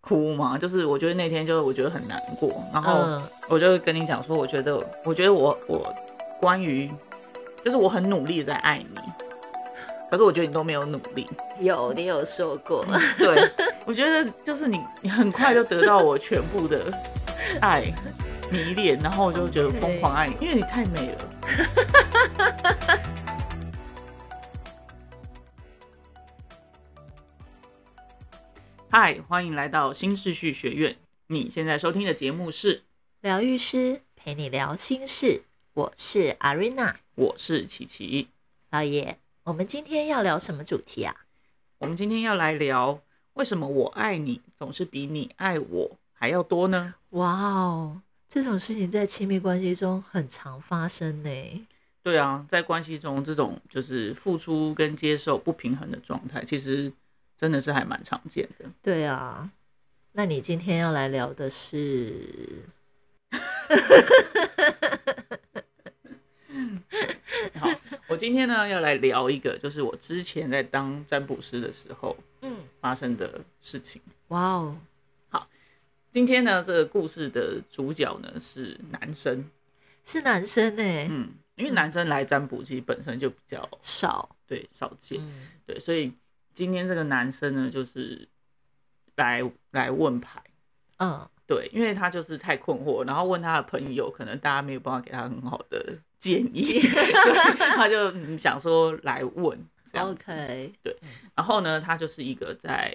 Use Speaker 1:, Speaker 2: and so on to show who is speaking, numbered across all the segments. Speaker 1: 哭嘛，就是我觉得那天就是我觉得很难过，然后
Speaker 2: 嗯
Speaker 1: 我就跟你讲说，我觉得我觉得我我关于就是我很努力在爱你，可是我觉得你都没有努力。
Speaker 2: 有你有说过，
Speaker 1: 对，我觉得就是你你很快就得到我全部的爱迷恋，然后我就觉得疯狂爱你，因为你太美了。 嗨，欢迎来到新秩序学院。你现在收听的节目是，
Speaker 2: 疗愈师陪你聊心事，我是 Arena
Speaker 1: 我是琪琪。
Speaker 2: 老爷。我们今天要聊什么主题啊？
Speaker 1: 我们今天要来聊为什么我爱你总是比你爱我还要多呢？
Speaker 2: 哇哦，这种事情在亲密关系中很常发生呢。
Speaker 1: 对啊，在关系中这种就是付出跟接受不平衡的状态，其实真的是还蛮常见的。
Speaker 2: 对啊，那你今天要来聊的是
Speaker 1: 好，我今天呢要来聊一个，就是我之前在当占卜师的时候
Speaker 2: 嗯，
Speaker 1: 发生的事情。
Speaker 2: 哇哦，
Speaker 1: 今天呢，这个故事的主角呢是男生，
Speaker 2: 是男生呢，
Speaker 1: 嗯，因为男生来占卜其实本身就比较
Speaker 2: 少，
Speaker 1: 对少见，
Speaker 2: 嗯
Speaker 1: 对，所以今天这个男生呢就是来来问牌。
Speaker 2: 嗯，
Speaker 1: 对，因为他就是太困惑，然后问他的朋友，可能大家没有办法给他很好的建议， 所以他就嗯想说来问这样子。
Speaker 2: OK，
Speaker 1: 然后呢，他就是一个在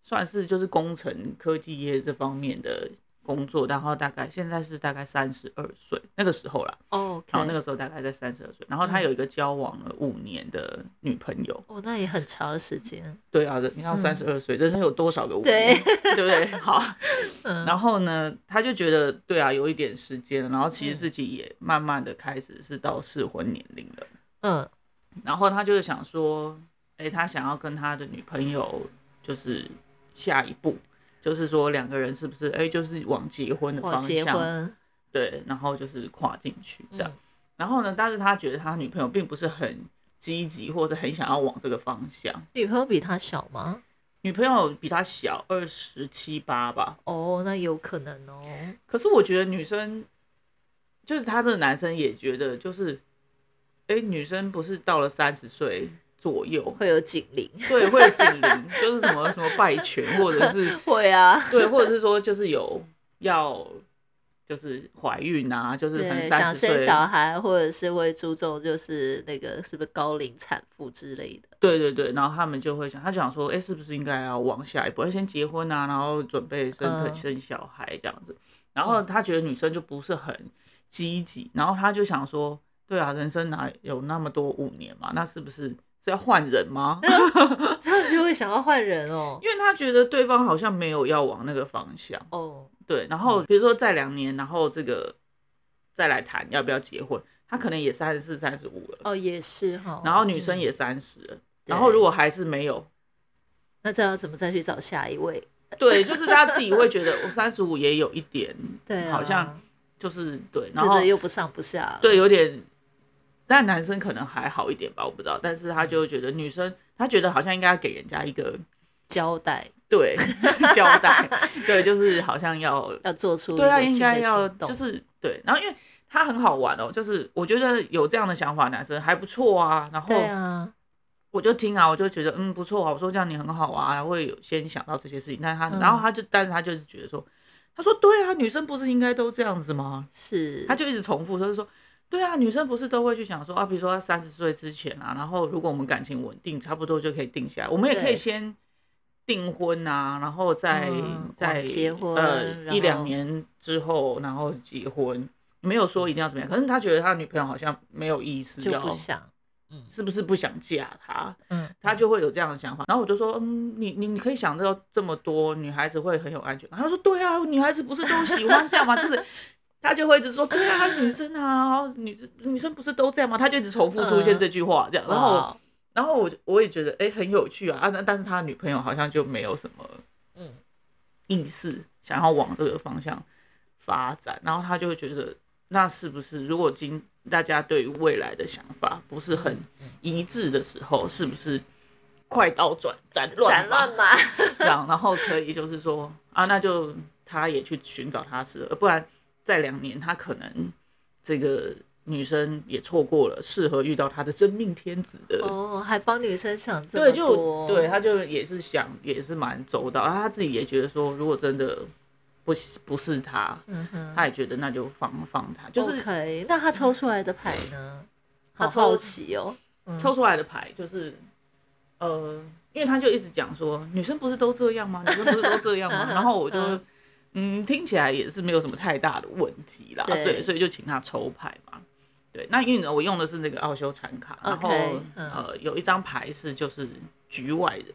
Speaker 1: 算是就是工程科技业这方面的工作，然后大概现在是大概三十二岁那个时候啦，
Speaker 2: 哦 OK，
Speaker 1: 然后那个时候大概在三十二岁，然后他
Speaker 2: 嗯
Speaker 1: 有一个交往了五年的女朋友。
Speaker 2: 哦，那也很长的时间，
Speaker 1: 对啊，你看
Speaker 2: 嗯
Speaker 1: 三十二岁，人生有多少个五
Speaker 2: 对
Speaker 1: 年，对不对？好，
Speaker 2: 嗯
Speaker 1: 然后呢，他就觉得对啊，有一点时间了，然后
Speaker 2: 嗯
Speaker 1: 其实自己也慢慢的开始是到适婚年龄了，
Speaker 2: 嗯
Speaker 1: 然后他就是想说，哎，他想要跟他的女朋友就是下一步，就是说两个人是不是哎，就是往结婚的
Speaker 2: 我
Speaker 1: 方
Speaker 2: 结
Speaker 1: 向，
Speaker 2: 婚，
Speaker 1: 对，然后就是跨进去这样。
Speaker 2: 嗯
Speaker 1: 然后呢，但是他觉得他女朋友并不是很积极，或者很想要往这个方向。
Speaker 2: 女朋友比他小吗？
Speaker 1: 女朋友比他小二十七八吧，
Speaker 2: 哦，那有可能哦。
Speaker 1: 可是我觉得女生，就是他这个男生也觉得，就是，哎、女生不是到了三十岁左右，
Speaker 2: 会有警铃，
Speaker 1: 对，会有警铃，就是什么什么败犬，或者是
Speaker 2: 会啊，
Speaker 1: 对，或者是说就是有要就是怀孕啊， 就是可能
Speaker 2: 对，
Speaker 1: 三
Speaker 2: 想
Speaker 1: 十
Speaker 2: 生小
Speaker 1: 岁，
Speaker 2: 孩，或者是会注重就是那个是不是高龄产妇之类的，
Speaker 1: 对对对，然后他们就会想，他就想说，哎、是不是应该要往下一步，要先结婚啊，然后准备生、
Speaker 2: 嗯
Speaker 1: 生小孩这样子，然后他觉得女生就不是很积极，然后他就想说，对啊，人生哪有那么多五年嘛？那是不是是要换人吗？
Speaker 2: 这样就会想要换人哦。
Speaker 1: 因为他觉得对方好像没有要往那个方向，
Speaker 2: 哦，
Speaker 1: 对。然后比如说再两年，然后这个再来谈要不要结婚，他可能也三十四、三十五了，
Speaker 2: 哦，也是哈。
Speaker 1: 然后女生
Speaker 2: 嗯，
Speaker 1: 也三十了，然后如果还是没有，
Speaker 2: 那这样怎么再去找下一位？
Speaker 1: 对，就是他自己会觉得我三十五也有一点，
Speaker 2: 对啊，
Speaker 1: 好像就是对，然
Speaker 2: 这
Speaker 1: 后
Speaker 2: 这又不上不下了。
Speaker 1: 对，有点，但男生可能还好一点吧，我不知道。但是他就觉得女生，他觉得好像应该要给人家一个
Speaker 2: 交代
Speaker 1: 对 交代，对，就是好像 要，
Speaker 2: 要做出
Speaker 1: 对啊，
Speaker 2: 一个
Speaker 1: 应
Speaker 2: 新
Speaker 1: 该
Speaker 2: 的
Speaker 1: 要
Speaker 2: 行动
Speaker 1: 就是对。然后因为他很好玩哦，就是我觉得有这样的想法，男生还不错啊。然后
Speaker 2: 对啊，
Speaker 1: 我就听啊，我就觉得嗯不错啊，我说这样你很好啊，会有先想到这些事情。但他，
Speaker 2: 嗯
Speaker 1: 然后他就，但是他就是觉得说，他说对啊，女生不是应该都这样子吗？
Speaker 2: 是
Speaker 1: 他就一直重复，他就说，对啊，女生不是都会去想说啊，比如说三十岁之前啊，然后如果我们感情稳定，差不多就可以定下来，我们也可
Speaker 2: 对
Speaker 1: 以先订婚啊，然后再
Speaker 2: 嗯
Speaker 1: 再、
Speaker 2: 往结婚然
Speaker 1: 呃
Speaker 2: 后
Speaker 1: 一两年之后，然后结婚，没有说一定要怎么样。可是他觉得他女朋友好像没有意思
Speaker 2: 就
Speaker 1: 要
Speaker 2: 不，想，嗯
Speaker 1: 是不是不想嫁他？
Speaker 2: 嗯，
Speaker 1: 他就会有这样的想法。然后我就说，嗯，你你你可以想到这么多，女孩子会很有安全感。他说，对啊，女孩子不是都喜欢这样吗？ 就是他就会一直说，对啊，女生啊，然后女生女生不是都这样吗？他就一直重复出现这句话，这样。然后我
Speaker 2: 哇
Speaker 1: 然后我就我也觉得，哎、很有趣啊。啊，但但是他女朋友好像就没有什么
Speaker 2: 嗯
Speaker 1: 意识，想要往这个方向发展，然后他就会觉得，那是不是如果今大家对于未来的想法不是很一致的时候，是不是快刀斩斩乱
Speaker 2: 斩
Speaker 1: 麻
Speaker 2: 乱麻，
Speaker 1: 样，然后可以就是说啊，那就他也去寻找他适合，不然在两年他可能这个女生也错过了适合遇到他的真命天子的。
Speaker 2: 哦，还帮女生想这么
Speaker 1: 对，就
Speaker 2: 多，
Speaker 1: 对，他就也是想，也是蛮周到，然后他自己也觉得说，如果真的不不是他，
Speaker 2: 嗯哼，
Speaker 1: 他也觉得那就放放他，就是
Speaker 2: OK。那他抽出来的牌呢？
Speaker 1: 他
Speaker 2: 好
Speaker 1: 抽
Speaker 2: 好奇哦，
Speaker 1: 抽出来的牌就是，呃，因为他就一直讲说，女生不是都这样吗？女生不是都这样 吗？然后我就，嗯，听起来也是没有什么太大的问题啦，
Speaker 2: 对
Speaker 1: 对，所以就请他抽牌嘛。对，那因为我用的是那个奥修禅卡，然后
Speaker 2: OK，嗯
Speaker 1: 呃有一张牌是就是局外人，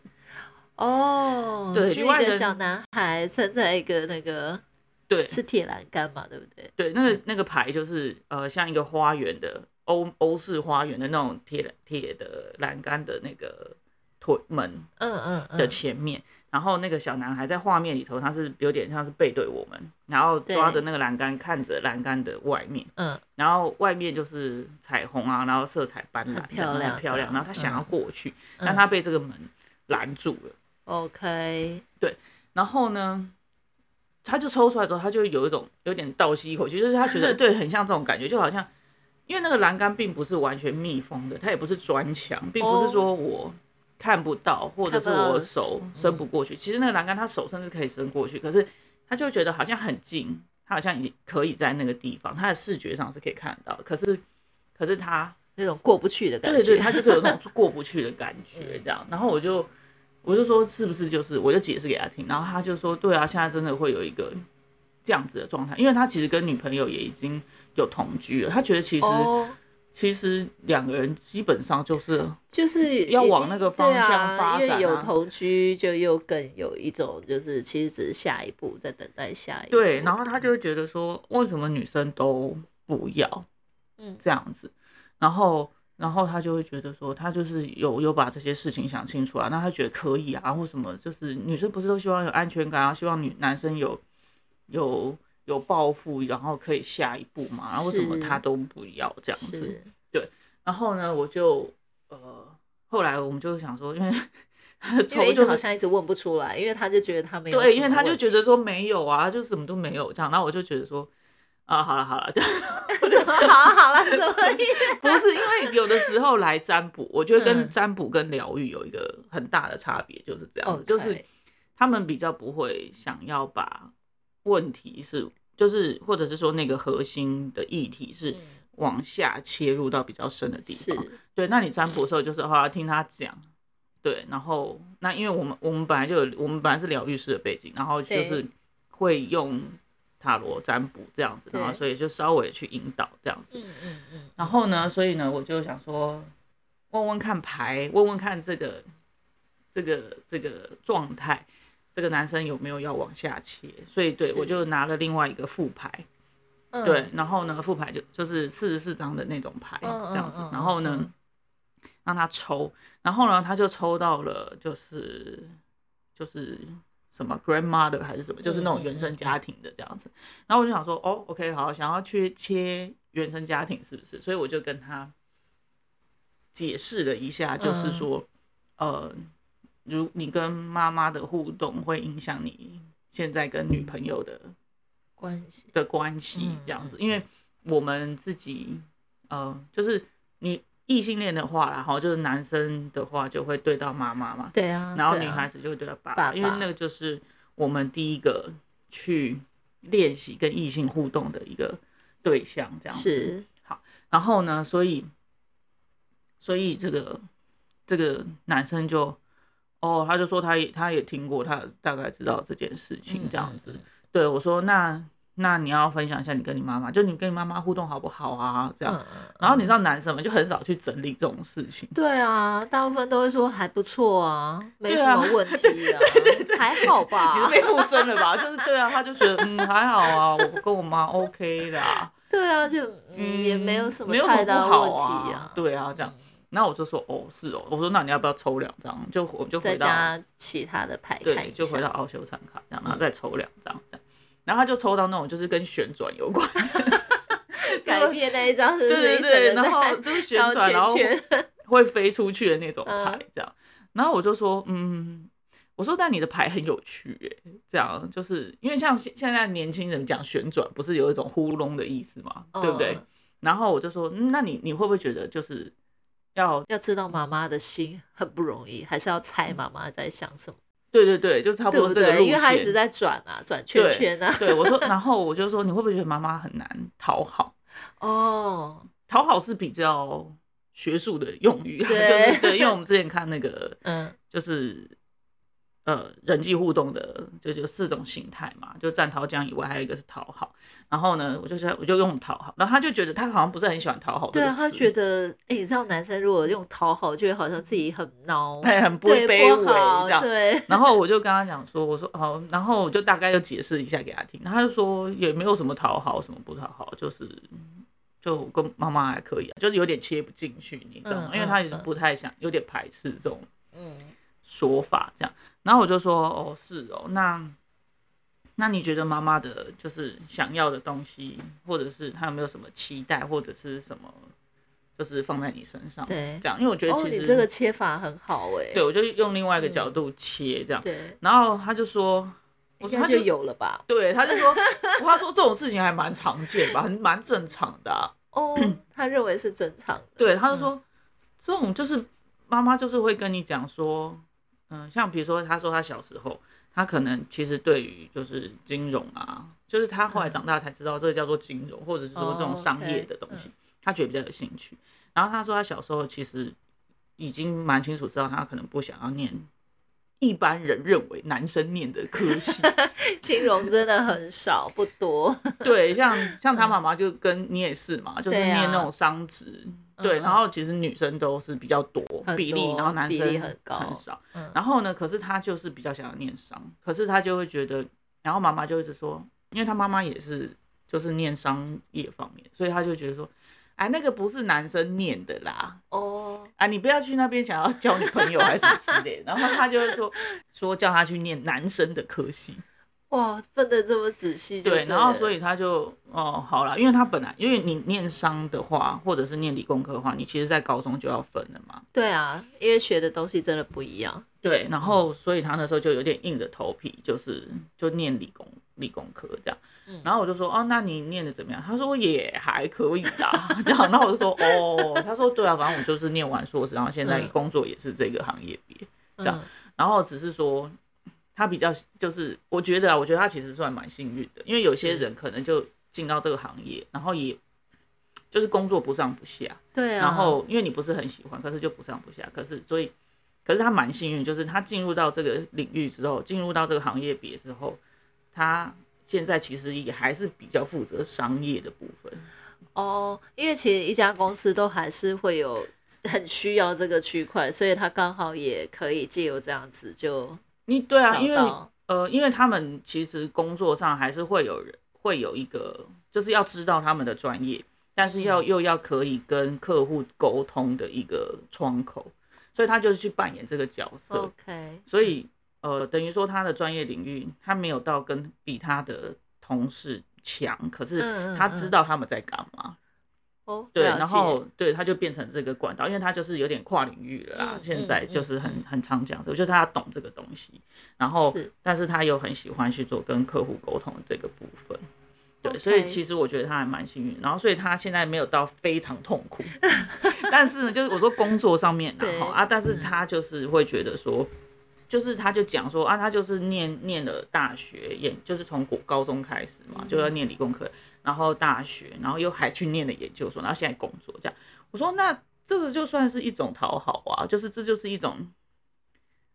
Speaker 2: 哦，
Speaker 1: 对
Speaker 2: 就
Speaker 1: 局
Speaker 2: 一
Speaker 1: 外
Speaker 2: 个
Speaker 1: 人
Speaker 2: 小男孩站在一个那个
Speaker 1: 对
Speaker 2: 是铁栏杆嘛，对不对？
Speaker 1: 对，那个那个牌就是呃像一个花园的欧欧式花园的那种铁铁的栏杆的那个腿门，
Speaker 2: 嗯嗯
Speaker 1: 的
Speaker 2: 嗯，
Speaker 1: 前面，然后那个小男孩在画面里头，他是有点像是背对我们，然后抓着
Speaker 2: 对
Speaker 1: 那个栏杆，看着栏杆的外面，
Speaker 2: 嗯
Speaker 1: 然后外面就是彩虹啊，然后色彩斑斓
Speaker 2: 很，
Speaker 1: 这样
Speaker 2: 漂亮
Speaker 1: 很漂亮。
Speaker 2: 这样
Speaker 1: 然后他想要过去，
Speaker 2: 嗯
Speaker 1: 但他被这个门拦住了。
Speaker 2: ，OK，
Speaker 1: 然后呢，他就抽出来之后，他就有一种有点倒吸一口气，就是他觉 得对，很像这种感觉，就好像因为那个栏杆并不是完全密封的，它也不是砖墙，并不是说我看不到，或者是
Speaker 2: 哦看不到嗯
Speaker 1: 我手伸不过去。其实那个栏杆，他手甚至可以伸过去，可是他就觉得好像很近，他好像已经可以在那个地方，他的视觉上是可以看到，可是可是他
Speaker 2: 那种过不去的感觉，
Speaker 1: 对对，他就是有那种过不去的感觉，这样。然后我就我就说是不是就是，我就解释给他听，然后他就说对啊，现在真的会有一个这样子的状态，因为他其实跟女朋友也已经有同居了，他觉得其实、
Speaker 2: 哦，
Speaker 1: 其实两个人基本上就是
Speaker 2: 就是
Speaker 1: 要
Speaker 2: 已
Speaker 1: 往
Speaker 2: 经
Speaker 1: 那个
Speaker 2: 对
Speaker 1: 方向
Speaker 2: 啊
Speaker 1: 发
Speaker 2: 因
Speaker 1: 展
Speaker 2: 为有
Speaker 1: 啊
Speaker 2: 同居，就又更有一种就是其实只是下一步，在等待下一步。
Speaker 1: 对，然后他就会觉得说为什么女生都不要
Speaker 2: 嗯
Speaker 1: 这样子，然后。然后他就会觉得说，他就是有有把这些事情想清楚啊，那他觉得可以啊，或什么，就是女生不是都希望有安全感啊，希望女男生有有有抱负，然后可以下一步嘛，然后为什么
Speaker 2: 是
Speaker 1: 他都不要这样子？
Speaker 2: 是
Speaker 1: 然后呢，我就呃，后来我们就想说，因 为他的
Speaker 2: 因为
Speaker 1: 仇
Speaker 2: 一直
Speaker 1: 就
Speaker 2: 好
Speaker 1: 是
Speaker 2: 像一直问不出来，因为他就觉得他没有
Speaker 1: 对，
Speaker 2: 什
Speaker 1: 因为
Speaker 2: 么
Speaker 1: 他就
Speaker 2: 问
Speaker 1: 觉得
Speaker 2: 题
Speaker 1: 说没有啊，就什么都没有这样。然后我就觉得说，啊，好了好了，这样
Speaker 2: 什么 好啊好了什么意 思？
Speaker 1: 不是因为有的时候来占卜，我觉得跟
Speaker 2: 嗯
Speaker 1: 占卜跟疗愈有一个很大的差别，就是这样子，哦就是
Speaker 2: 对
Speaker 1: 他们比较不会想要把问题是，就是或者是说那个核心的议题是
Speaker 2: 嗯
Speaker 1: 往下切入到比较深的地
Speaker 2: 是
Speaker 1: 方。对，那你占卜的时候就是好要听他讲，对，然后那因为我们我们本来就有我们本来是疗愈师的背景，然后就
Speaker 2: 对
Speaker 1: 是会用塔罗占卜这样子，然后
Speaker 2: 对
Speaker 1: 所以就稍微去引导这样子，
Speaker 2: 嗯嗯嗯，
Speaker 1: 然后呢，所以呢，我就想说问问看牌，问问看这个这个这个状态。这个男生有没有要往下切？所以对
Speaker 2: 是
Speaker 1: 我就拿了另外一个副牌，
Speaker 2: 嗯
Speaker 1: 对，然后呢，副牌就就是四十四张的那种牌
Speaker 2: 嗯
Speaker 1: 这样子
Speaker 2: 嗯嗯，
Speaker 1: 然后
Speaker 2: 嗯
Speaker 1: 呢
Speaker 2: 嗯，
Speaker 1: 让他抽，然后呢，他就抽到了，就是就是什么 grandmother 还是什么，就是那种
Speaker 2: 嗯嗯
Speaker 1: 原生
Speaker 2: 嗯
Speaker 1: 家庭的这样子。然后我就想说，哦，OK，好，想要去切原生家庭是不是？所以我就跟他解释了一下，就是
Speaker 2: 嗯
Speaker 1: 说，呃，如你跟妈妈的互动会影响你现在跟女朋友的
Speaker 2: 关系
Speaker 1: 的关
Speaker 2: 嗯
Speaker 1: 系这样子，因为我们自己，呃，就是你异性恋的话啦，哈，就是男生的话就会对到妈妈嘛，
Speaker 2: 对啊，
Speaker 1: 然后
Speaker 2: 对
Speaker 1: 女
Speaker 2: 啊
Speaker 1: 孩子就会对到爸
Speaker 2: 爸
Speaker 1: 爸，
Speaker 2: 爸
Speaker 1: 因为那个就是我们第一个去练习跟异性互动的一个对象，这样子。
Speaker 2: 是
Speaker 1: 然后呢，所以，所以这个这个男生就，哦，他就说他也他也听过，他大概知道这件事
Speaker 2: 嗯
Speaker 1: 情这样子。，对我说那那你要分享一下你跟你妈妈，就你跟你妈妈互动好不好啊？这
Speaker 2: 嗯
Speaker 1: 样。
Speaker 2: 嗯嗯
Speaker 1: 然后你知道男生嘛，就很少去整理这种事情。
Speaker 2: 对啊，大部分都会说还不错啊，没
Speaker 1: 对
Speaker 2: 什
Speaker 1: 啊
Speaker 2: 么问题啊，还好
Speaker 1: 你是
Speaker 2: 吧？
Speaker 1: 被附身了吧？ 就是对啊，他就觉得嗯还好啊，我跟我妈 OK 啦，
Speaker 2: 对啊，就 嗯也没有什么太大
Speaker 1: 不
Speaker 2: 的
Speaker 1: 好
Speaker 2: 问题嗯
Speaker 1: 啊。对啊，这样。那我就说哦是哦，我说那你要不要抽两张？就我就
Speaker 2: 再
Speaker 1: 回到
Speaker 2: 加其他的牌看
Speaker 1: 对，
Speaker 2: 一
Speaker 1: 就回到
Speaker 2: 下嗯
Speaker 1: 奥修参卡这样，然后再抽两张这样。然后他就抽到那种就是跟旋转有关，
Speaker 2: 改变那一张是不是
Speaker 1: 对对
Speaker 2: 一整
Speaker 1: 对，
Speaker 2: 个
Speaker 1: 然后
Speaker 2: 在
Speaker 1: 就是旋转，然
Speaker 2: 绕
Speaker 1: 后
Speaker 2: 圈圈，
Speaker 1: 会飞出去的那种
Speaker 2: 嗯
Speaker 1: 牌，这样。然后我就说，嗯，我说但你的牌很有趣耶、这样就是因为像现现在年轻人讲旋转，不是有一种呼隆的意思嘛，对不对
Speaker 2: 嗯？
Speaker 1: 然后我就说，嗯、那你你会不会觉得就是要
Speaker 2: 嗯要知道妈妈的心很不容易，还是要猜妈妈在想什么，
Speaker 1: 对对对，就差不
Speaker 2: 对
Speaker 1: 多
Speaker 2: 不
Speaker 1: 这个路
Speaker 2: 对？
Speaker 1: 线。
Speaker 2: 因为她一直在转啊，转圈圈啊。
Speaker 1: 对我说， 然后我就说，你会不会觉得妈妈很难讨好？
Speaker 2: 哦，
Speaker 1: 讨好是比较学术的用语啊， 就
Speaker 2: 对
Speaker 1: 是对，因为我们之前看那个
Speaker 2: 嗯，
Speaker 1: 就是呃人际互动的，就就四种形态嘛，就战讨讲以外，还有一个是讨好。然后呢，我就说我就用讨好，然后他就觉得他好像不是很喜欢讨好这
Speaker 2: 对
Speaker 1: 个
Speaker 2: 啊，
Speaker 1: 词，
Speaker 2: 她觉得，哎，你知道男生如果用讨好，就会好像自己很孬，
Speaker 1: 哎很不
Speaker 2: 对
Speaker 1: 卑微
Speaker 2: 不好
Speaker 1: 这样。
Speaker 2: 对，
Speaker 1: 然后我就跟他讲说，我说哦，然后我就大概就解释一下给他听，然后他就说哦也没有什么讨好，什么不讨好，就是嗯就跟妈妈还可以、啊，就是有点切不进去，你知道吗？
Speaker 2: 嗯
Speaker 1: 因为他
Speaker 2: 嗯
Speaker 1: 也是
Speaker 2: 嗯
Speaker 1: 不太想，有点排斥这种
Speaker 2: 嗯，
Speaker 1: 说法这样。然后我就说哦，是哦，那那你觉得妈妈的就是想要的东西，或者是她有没有什么期待，或者是什么，就是放在你身上
Speaker 2: 对
Speaker 1: 这样？因为我觉得
Speaker 2: 哦，
Speaker 1: 其
Speaker 2: 你
Speaker 1: 实、
Speaker 2: 这个切法很好哎，
Speaker 1: 对我就用另外一个角
Speaker 2: 嗯
Speaker 1: 度切这样。
Speaker 2: 对，
Speaker 1: 然后他就说，我
Speaker 2: 应
Speaker 1: 说
Speaker 2: 该
Speaker 1: 他
Speaker 2: 就有了 吧？
Speaker 1: 对，他就说， 他说这种事情还蛮常见吧，很蛮正常的啊、
Speaker 2: 哦，他认为是正常的。
Speaker 1: 对，他就说、这种就是妈妈就是会跟你讲说，嗯、像比如说他说他小时候，他可能其实对于就是金融啊，就是他后来长大才知道这个叫做金融，或者是说这种
Speaker 2: 哦
Speaker 1: 商业
Speaker 2: ，OK，
Speaker 1: 的东西，他觉得比较有兴趣。然后他说他小时候其实已经蛮清楚知道他可能不想要念。一般人认为男生念的科系，
Speaker 2: 金融真的很少，不多。
Speaker 1: 对，像像他妈妈就跟你也是嘛，就是
Speaker 2: 嗯对啊
Speaker 1: 念那种商职，
Speaker 2: 嗯
Speaker 1: 对，
Speaker 2: 嗯
Speaker 1: 然后其实女生都是比较多
Speaker 2: 很
Speaker 1: 比例，
Speaker 2: 多
Speaker 1: 然后男
Speaker 2: 比
Speaker 1: 生
Speaker 2: 例很高
Speaker 1: 少。
Speaker 2: 嗯
Speaker 1: 然后呢，可是他就是比较想要念商，可是他就会觉得，然后妈妈就一直说，因为他妈妈也是就是念商业方面，所以他就觉得说，哎，那个不是男生念的啦，
Speaker 2: 哦，
Speaker 1: 啊，你不要去那边想要交女朋友还是什么之类的。 然后他就会说说叫他去念男生的科系，
Speaker 2: 哇，分的这么仔细就
Speaker 1: 对，然后所
Speaker 2: 了
Speaker 1: 以他就哦，好啦，因为他本来因为你念商的话，或者是念理工科的话，你其实在高中就要分了嘛。
Speaker 2: 对啊，因为学的东西真的不一样。
Speaker 1: 对，然后所以他那时候就有点硬着头皮，就是就念理工理工科这样。
Speaker 2: 嗯
Speaker 1: 然后我就说哦，那你念的怎么样？他说哦也还可以啦， 这样。然后我就说哦，他说对啊，反正我就是念完硕士，然后现在
Speaker 2: 嗯
Speaker 1: 工作也是这个行业别。这样
Speaker 2: 嗯
Speaker 1: 然后只是说他比较就是，我觉得啊，我觉得他其实算蛮幸运的，因为有些
Speaker 2: 是
Speaker 1: 人可能就进到这个行业，然后也就是工作不上不下，
Speaker 2: 对啊，
Speaker 1: 然后因为你不是很喜欢，可是就不上不下，可是所以，可是他蛮幸运，就是他进入到这个领域之后，进入到这个行业别之后，他现在其实也还是比较负责商业的部分，
Speaker 2: 哦，因为其实一家公司都还是会有很需要这个区块，所以他刚好也可以借由这样子就
Speaker 1: 你对啊，
Speaker 2: 找
Speaker 1: 因为
Speaker 2: 到。
Speaker 1: 呃，因为他们其实工作上还是会有人会有一个，就是要知道他们的专业，但是
Speaker 2: 嗯
Speaker 1: 要又要可以跟客户沟通的一个窗口，所以他就是去扮演这个角色。
Speaker 2: 哦 OK，
Speaker 1: 所以呃，等于说他的专业领域，他没有到跟比他的同事强，可是
Speaker 2: 嗯嗯
Speaker 1: 他知
Speaker 2: 嗯
Speaker 1: 道他们在干嘛。
Speaker 2: 哦，
Speaker 1: 对，
Speaker 2: 了
Speaker 1: 然
Speaker 2: 解
Speaker 1: 后对他就变成这个管道，因为他就是有点跨领域了啦。
Speaker 2: 嗯
Speaker 1: 现
Speaker 2: 嗯
Speaker 1: 在就是
Speaker 2: 嗯
Speaker 1: 很、
Speaker 2: 嗯
Speaker 1: 很常讲，我觉得他懂这个东西，然后
Speaker 2: 是
Speaker 1: 但是他又很喜欢去做跟客户沟通这个部分。对所以
Speaker 2: OK
Speaker 1: 其实我觉得他还蛮幸运，然后所以他现在没有到非常痛苦，但是呢，就是我说工作上面然
Speaker 2: 对
Speaker 1: 后啊，但是他就是会觉得说，就是他就讲说啊，他就是念念了大学，也就是从国高中开始嘛，就要念理工科，然后大学，然后又还去念了研究所，然后现在工作这样。我说那这个就算是一种讨好啊，就是这就是一种。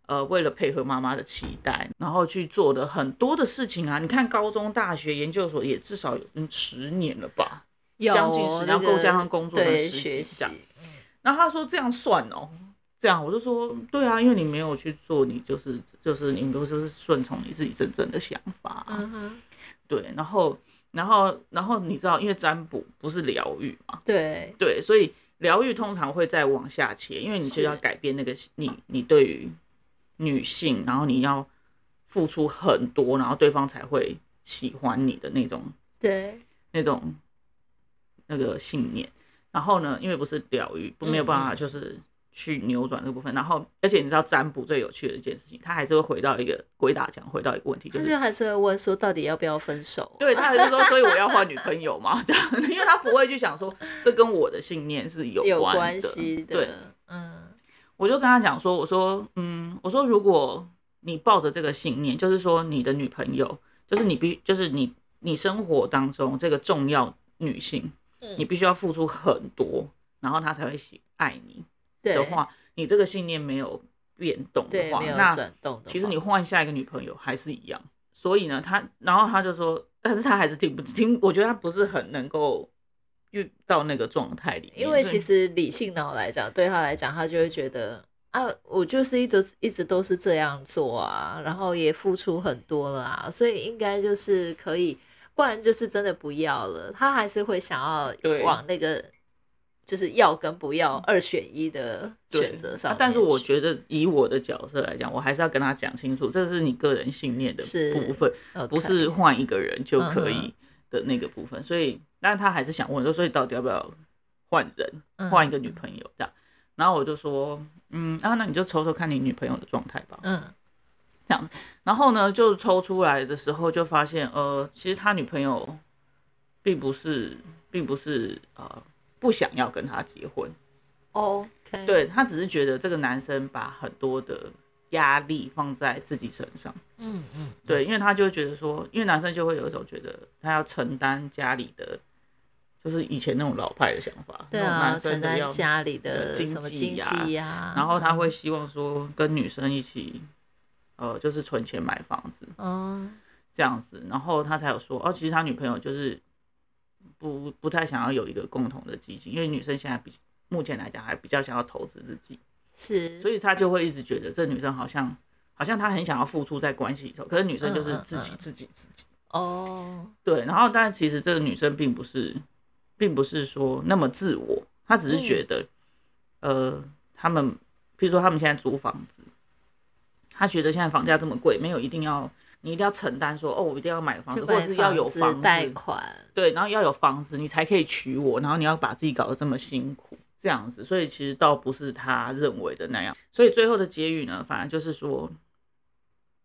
Speaker 1: 呃，为了配合妈妈的期待，然后去做的很多的事情啊，你看高中、大学、研究所也至少有嗯十年了吧？
Speaker 2: 有
Speaker 1: 将近十
Speaker 2: 那
Speaker 1: 然后够
Speaker 2: 个
Speaker 1: 加上工作的
Speaker 2: 对
Speaker 1: 时期
Speaker 2: 学
Speaker 1: 这样
Speaker 2: 习
Speaker 1: 然后他说这样算哦，这样我就说对啊，因为你没有去做，你就是就是你不是不是顺从你自己真正的想法啊、
Speaker 2: 嗯哼，
Speaker 1: 对，然后然后然后你知道，因为占卜不是疗愈嘛，
Speaker 2: 对，
Speaker 1: 对，所以疗愈通常会再往下切，因为你就是要改变那个你你对于女性，然后你要付出很多，然后对方才会喜欢你的那种
Speaker 2: 对，
Speaker 1: 那种那个信念。然后呢，因为不是疗愈，不没有办法就是去扭转这个部分。然后，而且你知道占卜最有趣的一件事情，他还是会回到一个鬼打墙，回到一个问题，就
Speaker 2: 他
Speaker 1: 是
Speaker 2: 就还是会问说到底要不要分手？
Speaker 1: 对，他还是说，所以我要换女朋友嘛，这样， 因为他不会去想说这跟我的信念是有
Speaker 2: 有
Speaker 1: 关
Speaker 2: 关
Speaker 1: 的。
Speaker 2: 系
Speaker 1: 对，
Speaker 2: 的，嗯，
Speaker 1: 我就跟他讲说，我说，嗯，我说如果你抱着这个信念，就是说你的女朋友，就是你必，就是你你生活当中这个重要女性，
Speaker 2: 嗯
Speaker 1: 你必须要付出很多，然后她才会喜爱你
Speaker 2: 对
Speaker 1: 的话，你这个信念没有变动的
Speaker 2: 对
Speaker 1: 话，
Speaker 2: 没有
Speaker 1: 那
Speaker 2: 转动的话，
Speaker 1: 其实你换下一个女朋友还是一样。所以呢，他然后他就说，但是他还是听不听，我觉得他不是很能够遇到那个状态里面。
Speaker 2: 因为
Speaker 1: 所以
Speaker 2: 其实理性脑来讲，对他来讲，他就会觉得啊，我就是一直一直都是这样做啊，然后也付出很多了啊，所以应该就是可以，不然就是真的不要了，他还是会想要
Speaker 1: 对
Speaker 2: 往那个就是要跟不要二选一的
Speaker 1: 对
Speaker 2: 选择上
Speaker 1: 啊
Speaker 2: 面去、
Speaker 1: 但是我觉得以我的角色来讲，我还是要跟他讲清楚，这是你个人信念的
Speaker 2: 是
Speaker 1: 部分，
Speaker 2: OK
Speaker 1: 不是换一个人就可
Speaker 2: 嗯
Speaker 1: 以的那个部分。所以，但他还是想问说，所以到底要不要换人，
Speaker 2: 嗯
Speaker 1: 换一个女朋友这样？然后我就说，嗯啊，那你就抽抽看你女朋友的状态吧。
Speaker 2: 嗯。嗯
Speaker 1: 然后呢，就抽出来的时候就发现，呃，其实他女朋友并不是，并不是呃不想要跟他结婚，
Speaker 2: OK，，
Speaker 1: 对他只是觉得这个男生把很多的压力放在自己身上，
Speaker 2: 嗯嗯，
Speaker 1: 对，因为他就会觉得说，因为男生就会有一种觉得他要承担家里的，就是以前那种老派的想法，
Speaker 2: 对
Speaker 1: 那种
Speaker 2: 啊，
Speaker 1: 男
Speaker 2: 承
Speaker 1: 生的
Speaker 2: 担
Speaker 1: 要，
Speaker 2: 家里
Speaker 1: 呃
Speaker 2: 的
Speaker 1: 经
Speaker 2: 什么
Speaker 1: 济
Speaker 2: 经
Speaker 1: 呀
Speaker 2: 济呀，
Speaker 1: 然后他
Speaker 2: 嗯
Speaker 1: 会希望说跟女生一起，呃，就是存钱买房子，
Speaker 2: 嗯，
Speaker 1: 这样子，然后他才有说哦，其实他女朋友就是不不太想要有一个共同的基金，因为女生现在比目前来讲还比较想要投资自己，
Speaker 2: 是，
Speaker 1: 所以他就会一直觉得这女生好像好像她很想要付出在关系里头，可是女生就是
Speaker 2: 嗯嗯
Speaker 1: 自己
Speaker 2: 嗯
Speaker 1: 自己自己
Speaker 2: 哦，
Speaker 1: 对，然后但其实这个女生并不是并不是说那么自我，她只是觉
Speaker 2: 嗯
Speaker 1: 得、呃，他们譬如说他们现在租房子，她觉得现在房价这么贵，没有一定要。你一定要承担说哦，我一定要买房子，
Speaker 2: 就
Speaker 1: 或者是要有
Speaker 2: 房
Speaker 1: 房
Speaker 2: 子
Speaker 1: 子，
Speaker 2: 贷款，
Speaker 1: 对，然后要有房子，你才可以娶我，然后你要把自己搞得这么辛苦，这样子，所以其实倒不是他认为的那样，所以最后的结语呢，反而就是说，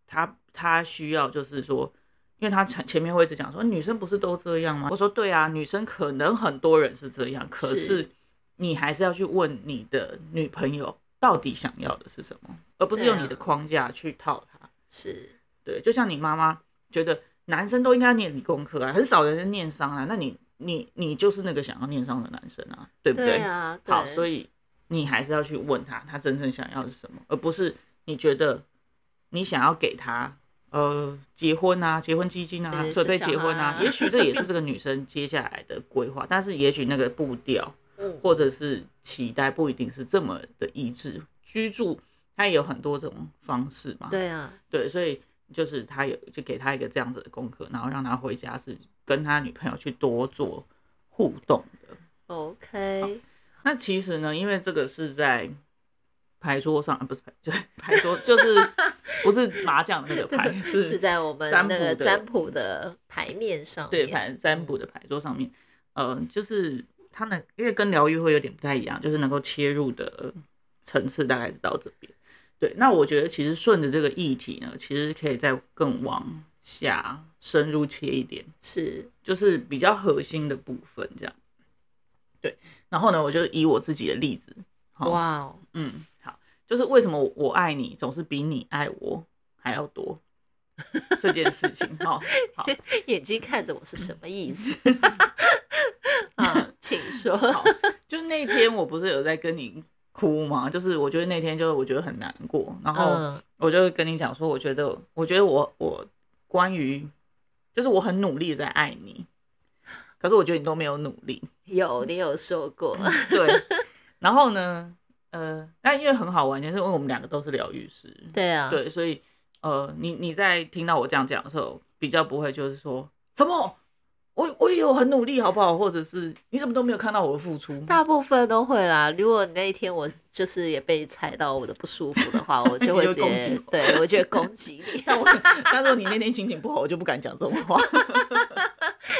Speaker 1: 他他需要就是说，因为他前前面会一直讲说女生不是都这样吗？我说对啊，女生可能很多人是这样，可
Speaker 2: 是
Speaker 1: 是你还是要去问你的女朋友到底想要的是什么，而不是
Speaker 2: 对
Speaker 1: 用
Speaker 2: 啊
Speaker 1: 你的框架去套她。
Speaker 2: 是
Speaker 1: 对，就像你妈妈觉得男生都应该念理工科啊，很少人念商啊，那你你你就是那个想要念商的男生啊，对不对？
Speaker 2: 啊，
Speaker 1: 好，
Speaker 2: 对
Speaker 1: 所以你还是要去问他，他真正想要的是什么，而不是你觉得你想要给他呃结婚啊、结婚基金啊
Speaker 2: 对、
Speaker 1: 准备
Speaker 2: 生小
Speaker 1: 结婚啊
Speaker 2: 孩，啊
Speaker 1: 也许这也是这个女生接下来的规划，但是也许那个步调
Speaker 2: 嗯
Speaker 1: 或者是期待不一定是这么的一致，居住它也有很多种方式嘛，
Speaker 2: 对啊，
Speaker 1: 对，所以就是他有就给他一个这样子的功课，然后让他回家是跟他女朋友去多做互动的。
Speaker 2: OK，
Speaker 1: 那其实呢，因为这个是在牌桌上，啊、不是牌， 就是牌桌，就是不是麻将那个牌，是
Speaker 2: 是在我们
Speaker 1: 占
Speaker 2: 那个
Speaker 1: 卜的
Speaker 2: 占卜的牌面上
Speaker 1: 对
Speaker 2: 面，
Speaker 1: 牌占卜的牌桌上面，呃，就是他能因为跟疗愈会有点不太一样，就是能够切入的层次大概是到这边。对，那我觉得其实顺着这个议题呢，其实可以再更往下深入切一点，
Speaker 2: 是
Speaker 1: 就是比较核心的部分这样。对，然后呢，我就以我自己的例子，好
Speaker 2: 哇哦，
Speaker 1: 嗯，好，就是为什么我我爱你总是比你爱我还要多这件事情哈、哦。好，
Speaker 2: 眼睛看着我是什么意思？ 啊，请说。
Speaker 1: 好，就那天我不是有在跟你哭吗？就是我觉得那天就我觉得很难过，然后
Speaker 2: 嗯，
Speaker 1: 我就跟你讲说，我觉得我觉得我我关于就是我很努力地在爱你，可是我觉得你都没有努力，
Speaker 2: 有你有说过，
Speaker 1: 嗯 对。然后呢，呃，那因为很好玩，就是因为我们两个都是疗愈师，
Speaker 2: 对啊，
Speaker 1: 对，所以呃，你你在听到我这样讲的时候，比较不会就是说什么。我我也有很努力，好不好？或者是你怎么都没有看到我的付出？
Speaker 2: 大部分都会啦。如果那一天我就是也被踩到我的不舒服的话，我就会
Speaker 1: 你
Speaker 2: 直
Speaker 1: 就攻击
Speaker 2: 接
Speaker 1: 我
Speaker 2: 对我就会攻击你。
Speaker 1: 但我他说你那天心情不好，我就不敢讲这种话。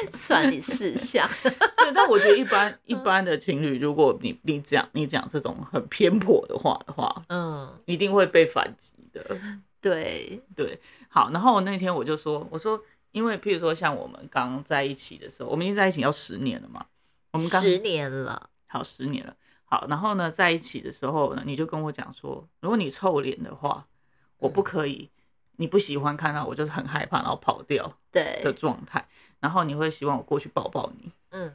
Speaker 2: 算你识相。
Speaker 1: 对，但我觉得一般一般的情侣，如果你你讲你讲这种很偏颇的话的话，
Speaker 2: 嗯，
Speaker 1: 一定会被反击的。
Speaker 2: 对，
Speaker 1: 对，好，然后那天我就说，我说，因为譬如说像我们刚在一起的时候，我们已经在一起要十年了嘛，我们刚
Speaker 2: 十年了，
Speaker 1: 好十年了，好，然后呢，在一起的时候呢，你就跟我讲说，如果你臭脸的话，我
Speaker 2: 嗯
Speaker 1: 不可以，你不喜欢看到我就是很害怕，然后跑掉的
Speaker 2: 对，
Speaker 1: 状态，然后你会希望我过去抱抱你，
Speaker 2: 嗯，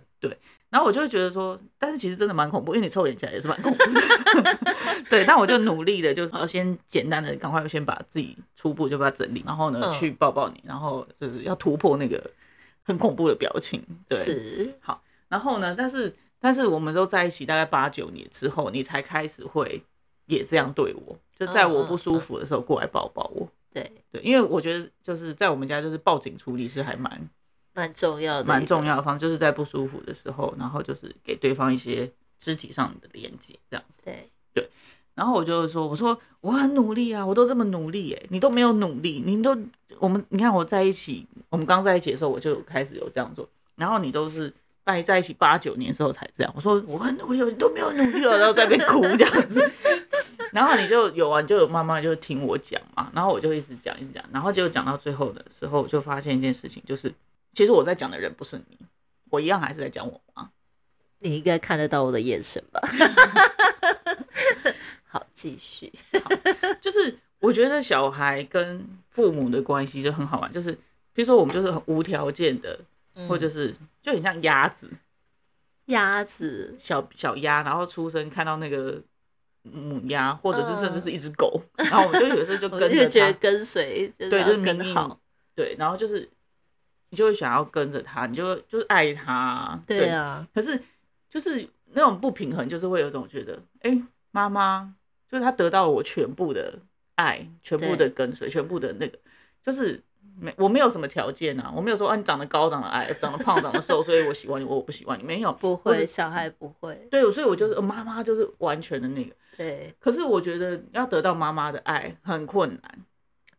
Speaker 1: 然后我就会觉得说，但是其实真的蛮恐怖，因为你臭脸起来也是蛮恐怖的。 对，但我就努力的，就是要先简单的，赶快先把自己初步就把它整理，然后呢、
Speaker 2: 嗯
Speaker 1: 去抱抱你，然后就是要突破那个很恐怖的表情。对，
Speaker 2: 是，
Speaker 1: 然后呢，但是但是我们都在一起大概八九年之后，你才开始会也这样对我，就在
Speaker 2: 嗯
Speaker 1: 我不舒服的时候过来抱抱我。
Speaker 2: 对，
Speaker 1: 对，因为我觉得就是在我们家就是报警处理是还蛮
Speaker 2: 蛮重要的，
Speaker 1: 蛮重。要的方式，就是在不舒服的时候，然后就是给对方一些肢体上的连接，这样子。
Speaker 2: 对，
Speaker 1: 然后我就说，我说我很努力啊，我都这么努力哎、你都没有努力，你都我们你看我在一起，我们刚在一起的时候我就开始有这样做，然后你都是在在一起八九年之后才这样。我说我很努力哦，你都没有努力哦，然后在那边哭这样子。 然后你就有啊，你就有慢慢就听我讲嘛，然后我就一直讲一直讲，然后结果讲到最后的时候，我就发现一件事情，就是其实我在讲的人不是你，我一样还是在讲我妈。
Speaker 2: 你应该看得到我的眼神 吧？好，继续。
Speaker 1: 就是我觉得小孩跟父母的关系就很好玩，就是比如说我们就是很无条件的，
Speaker 2: 嗯
Speaker 1: 或者是就很像鸭子，
Speaker 2: 鸭子，
Speaker 1: 小小鸭，然后出生看到那个母鸭，或者是
Speaker 2: 嗯
Speaker 1: 甚至是一只狗，然后我们就有时候就
Speaker 2: 我
Speaker 1: 跟
Speaker 2: 就
Speaker 1: 着
Speaker 2: 觉得
Speaker 1: 它，
Speaker 2: 跟随，
Speaker 1: 对，就是明
Speaker 2: 跟
Speaker 1: 明
Speaker 2: 好，
Speaker 1: 对，然后就是你就会想要跟着它，你就就是爱它，
Speaker 2: 对啊，
Speaker 1: 可是就是那种不平衡，就是会有一种觉得，哎、妈妈，就是她得到了我全部的爱，全部的跟随，全部的那个，就是没我没有什么条件啊，我没有说啊你长得高，长得矮，长得胖，长得瘦，所以我喜欢你，我不喜欢你，没有，
Speaker 2: 不
Speaker 1: 我
Speaker 2: 会，
Speaker 1: 是
Speaker 2: 小孩不会，
Speaker 1: 对，所以我就是呃妈妈，就是完全的那个。
Speaker 2: 对，
Speaker 1: 可是我觉得要得到妈妈的爱很困难，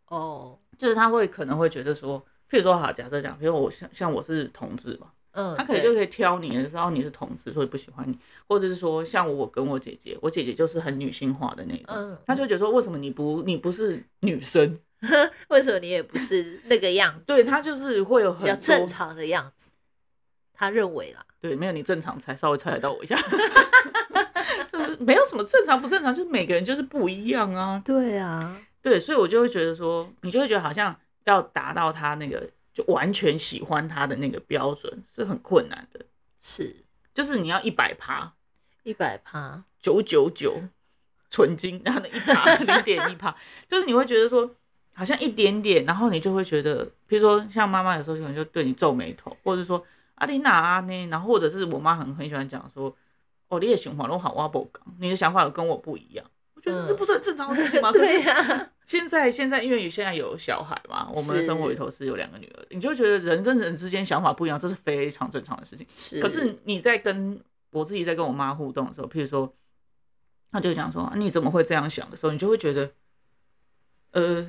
Speaker 2: 哦，
Speaker 1: 就是她会可能会觉得说，譬如说好，假设讲，譬如我像像我是同志嘛，
Speaker 2: 嗯，
Speaker 1: 他可以
Speaker 2: 对
Speaker 1: 就可以挑你，然后你是同志，所以不喜欢你，或者是说像我跟我姐姐，我姐姐就是很女性化的那种
Speaker 2: 嗯，
Speaker 1: 他就觉得说为什么你不你不是女生？
Speaker 2: 为什么你也不是那个样子？
Speaker 1: 对他就是会有
Speaker 2: 比
Speaker 1: 很
Speaker 2: 较
Speaker 1: 多
Speaker 2: 正，常的样子，他认为啦，
Speaker 1: 对，没有你正常才稍微猜得到我一下， 就是没有什么正常不正常，就是每个人就是不一样啊。
Speaker 2: 对啊，
Speaker 1: 对，所以我就会觉得说，你就会觉得好像要达到他那个就完全喜欢他的那个标准是很困难的，
Speaker 2: 是
Speaker 1: 就是你要一百趴，
Speaker 2: 一百趴，
Speaker 1: 九九九纯金，然后呢一 趴零点一趴，就是你会觉得说好像一点点，然后你就会觉得，比如说像妈妈有时候可能就对你皱眉头，或者说啊你哪啊呢，然后或者是我妈很很喜欢讲说，哦你也想法都好挖不讲，你的想法有跟我不一样。我觉得
Speaker 2: 嗯
Speaker 1: 这不是很正常的事情吗？可
Speaker 2: 对啊
Speaker 1: 是
Speaker 2: 呀，
Speaker 1: 现在现在因为现在有小孩嘛，我们的生活里头是有两个女儿，你就会觉得人跟人之间想法不一样，这是非常正常的事情。
Speaker 2: 是，嗯
Speaker 1: 可是你在跟我自己在跟我妈互动的时候，譬如说，她就讲说、啊你怎么会这样想的时候，你就会觉得，呃，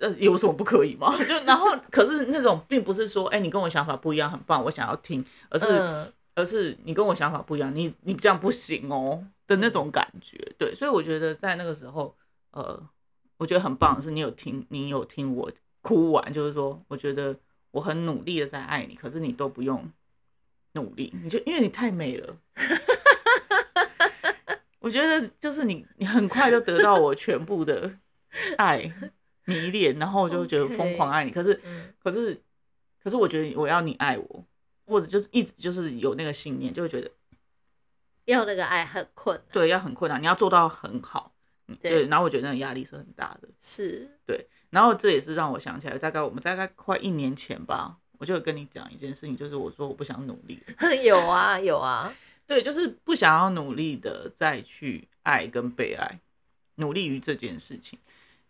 Speaker 1: 呃，有什么不可以吗？ 就然后，可是那种并不是说，哎、你跟我想法不一样，很棒，我想要听，而是、
Speaker 2: 嗯，
Speaker 1: 而是你跟我想法不一样，你你这样不行哦的那种感觉。对，所以我觉得在那个时候，呃，我觉得很棒的是你有听，你有听我哭完，就是说，我觉得我很努力的在爱你，可是你都不用努力，你就因为你太美了。我觉得就是你，你很快就得到我全部的爱、迷恋，然后我就觉得疯狂爱啊你。可是
Speaker 2: 嗯
Speaker 1: 可是，可是我觉得我要你爱我，或者就是一直就是有那个信念，就会觉得
Speaker 2: 要那个爱很困难，
Speaker 1: 对要很困难，你要做到很好，嗯
Speaker 2: 对
Speaker 1: 对。然后我觉得那个压力是很大的，
Speaker 2: 是，
Speaker 1: 然后这也是让我想起来，大概我们大概快一年前吧，我就有跟你讲一件事情，就是我说我不想努力了，
Speaker 2: 有啊有啊，
Speaker 1: 对，就是不想要努力的再去爱跟被爱，努力于这件事情。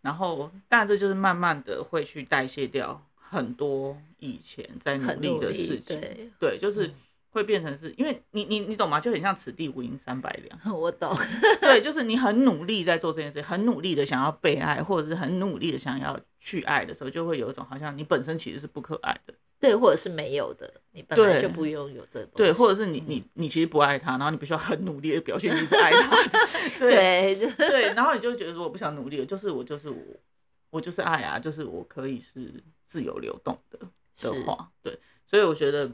Speaker 1: 然后，但这就是慢慢的会去代谢掉很多以前在努
Speaker 2: 很
Speaker 1: 力
Speaker 2: 努
Speaker 1: 的
Speaker 2: 力，
Speaker 1: 事情。
Speaker 2: 对，
Speaker 1: 对，就是
Speaker 2: 嗯
Speaker 1: 会变成是因为你你你懂吗？就很像此地无银三百 两。
Speaker 2: 我懂，
Speaker 1: 对，就是你很努力在做这件事，很努力的想要被爱，或者是很努力的想要去爱的时候，就会有一种好像你本身其实是不可爱的，
Speaker 2: 对，或者是没有的，你本来
Speaker 1: 对
Speaker 2: 就不拥有这个东西，
Speaker 1: 对，或者是你
Speaker 2: 嗯
Speaker 1: 你你其实不爱他，然后你必须要很努力的表现你是爱他 的，对
Speaker 2: 对， 就
Speaker 1: 对，然后你就会觉得我不想努力了，就是我就是我，我就是爱啊，就是我可以是自由流动的
Speaker 2: 是
Speaker 1: 的话，对，所以我觉得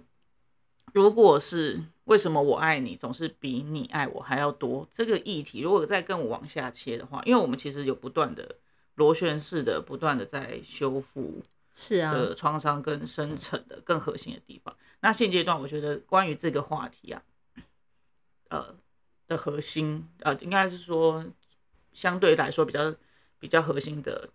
Speaker 1: 如果是为什么我爱你总是比你爱我还要多这个议题，如果再更往下切的话，因为我们其实有不断的螺旋式的不断的在修复
Speaker 2: 是啊，
Speaker 1: 的创伤跟深层的更核心的地方。那现阶段，我觉得关于这个话题啊，呃的核心，呃，应该是说相对来说比较比较核心的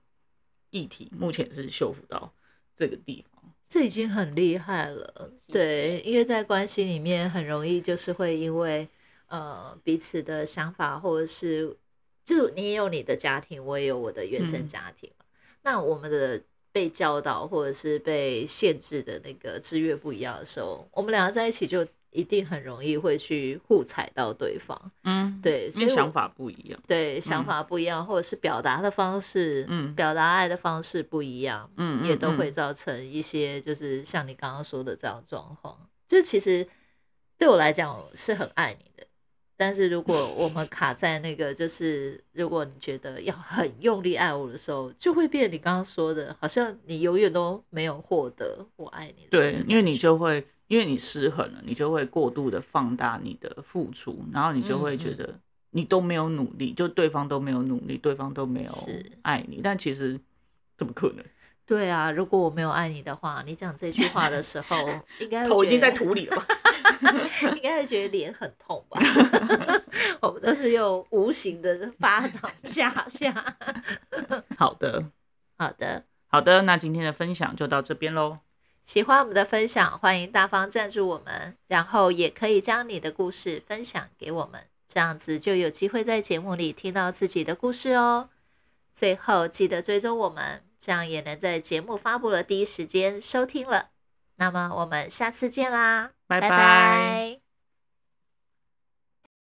Speaker 1: 议题，目前是修复到这个地方。
Speaker 2: 这已经很厉害了，
Speaker 1: 谢
Speaker 2: 对，因为在关系里面很容易就是会因为呃彼此的想法，或者是就你也有你的家庭，我也有我的原生
Speaker 1: 嗯
Speaker 2: 家庭嘛，那我们的被教导或者是被限制的那个制约不一样的时候，我们两个在一起就一定很容易会去互踩到对方，
Speaker 1: 嗯，，
Speaker 2: 对，所
Speaker 1: 因
Speaker 2: 以
Speaker 1: 为
Speaker 2: 我
Speaker 1: 想法不一样。
Speaker 2: 对想法不一样，或者是表达的方式，
Speaker 1: 嗯
Speaker 2: 表达爱的方式不一样，
Speaker 1: 嗯，
Speaker 2: 也
Speaker 1: 嗯
Speaker 2: 都会
Speaker 1: 嗯
Speaker 2: 造成一些就是像你刚刚说的这样的状况。就其实对我来讲我是很爱你的，但是如果我们卡在那个就是如果你觉得要很用力爱我的时候，就会变你刚刚说的，好像你永远都没有获得我爱你的这个
Speaker 1: 对
Speaker 2: 感，觉。
Speaker 1: 因为你就会。因为你失衡了，你就会过度的放大你的付出，然后你就会觉
Speaker 2: 嗯嗯
Speaker 1: 得你都没有努力，就对方都没有努力，对方都没有
Speaker 2: 是
Speaker 1: 爱你，但其实怎么可能？
Speaker 2: 对啊，如果我没有爱你的话，你讲这句话的时候，应该会
Speaker 1: 头已经
Speaker 2: 觉
Speaker 1: 在
Speaker 2: 得
Speaker 1: 土里了吧？
Speaker 2: 应该会觉得脸很痛 吧？ 我们都是用无形的巴掌 下下。
Speaker 1: 好的，
Speaker 2: 好的，
Speaker 1: 好的，那今天的分享就到这边喽。
Speaker 2: 喜欢我们的分享，欢迎大方赞助我们，然后也可以将你的故事分享给我们，这样子就有机会在节目里听到自己的故事哦。最后记得追踪我们，这样也能在节目发布的第一时间收听了。那么我们下次见啦，
Speaker 1: 拜
Speaker 2: 拜
Speaker 1: 拜
Speaker 2: 拜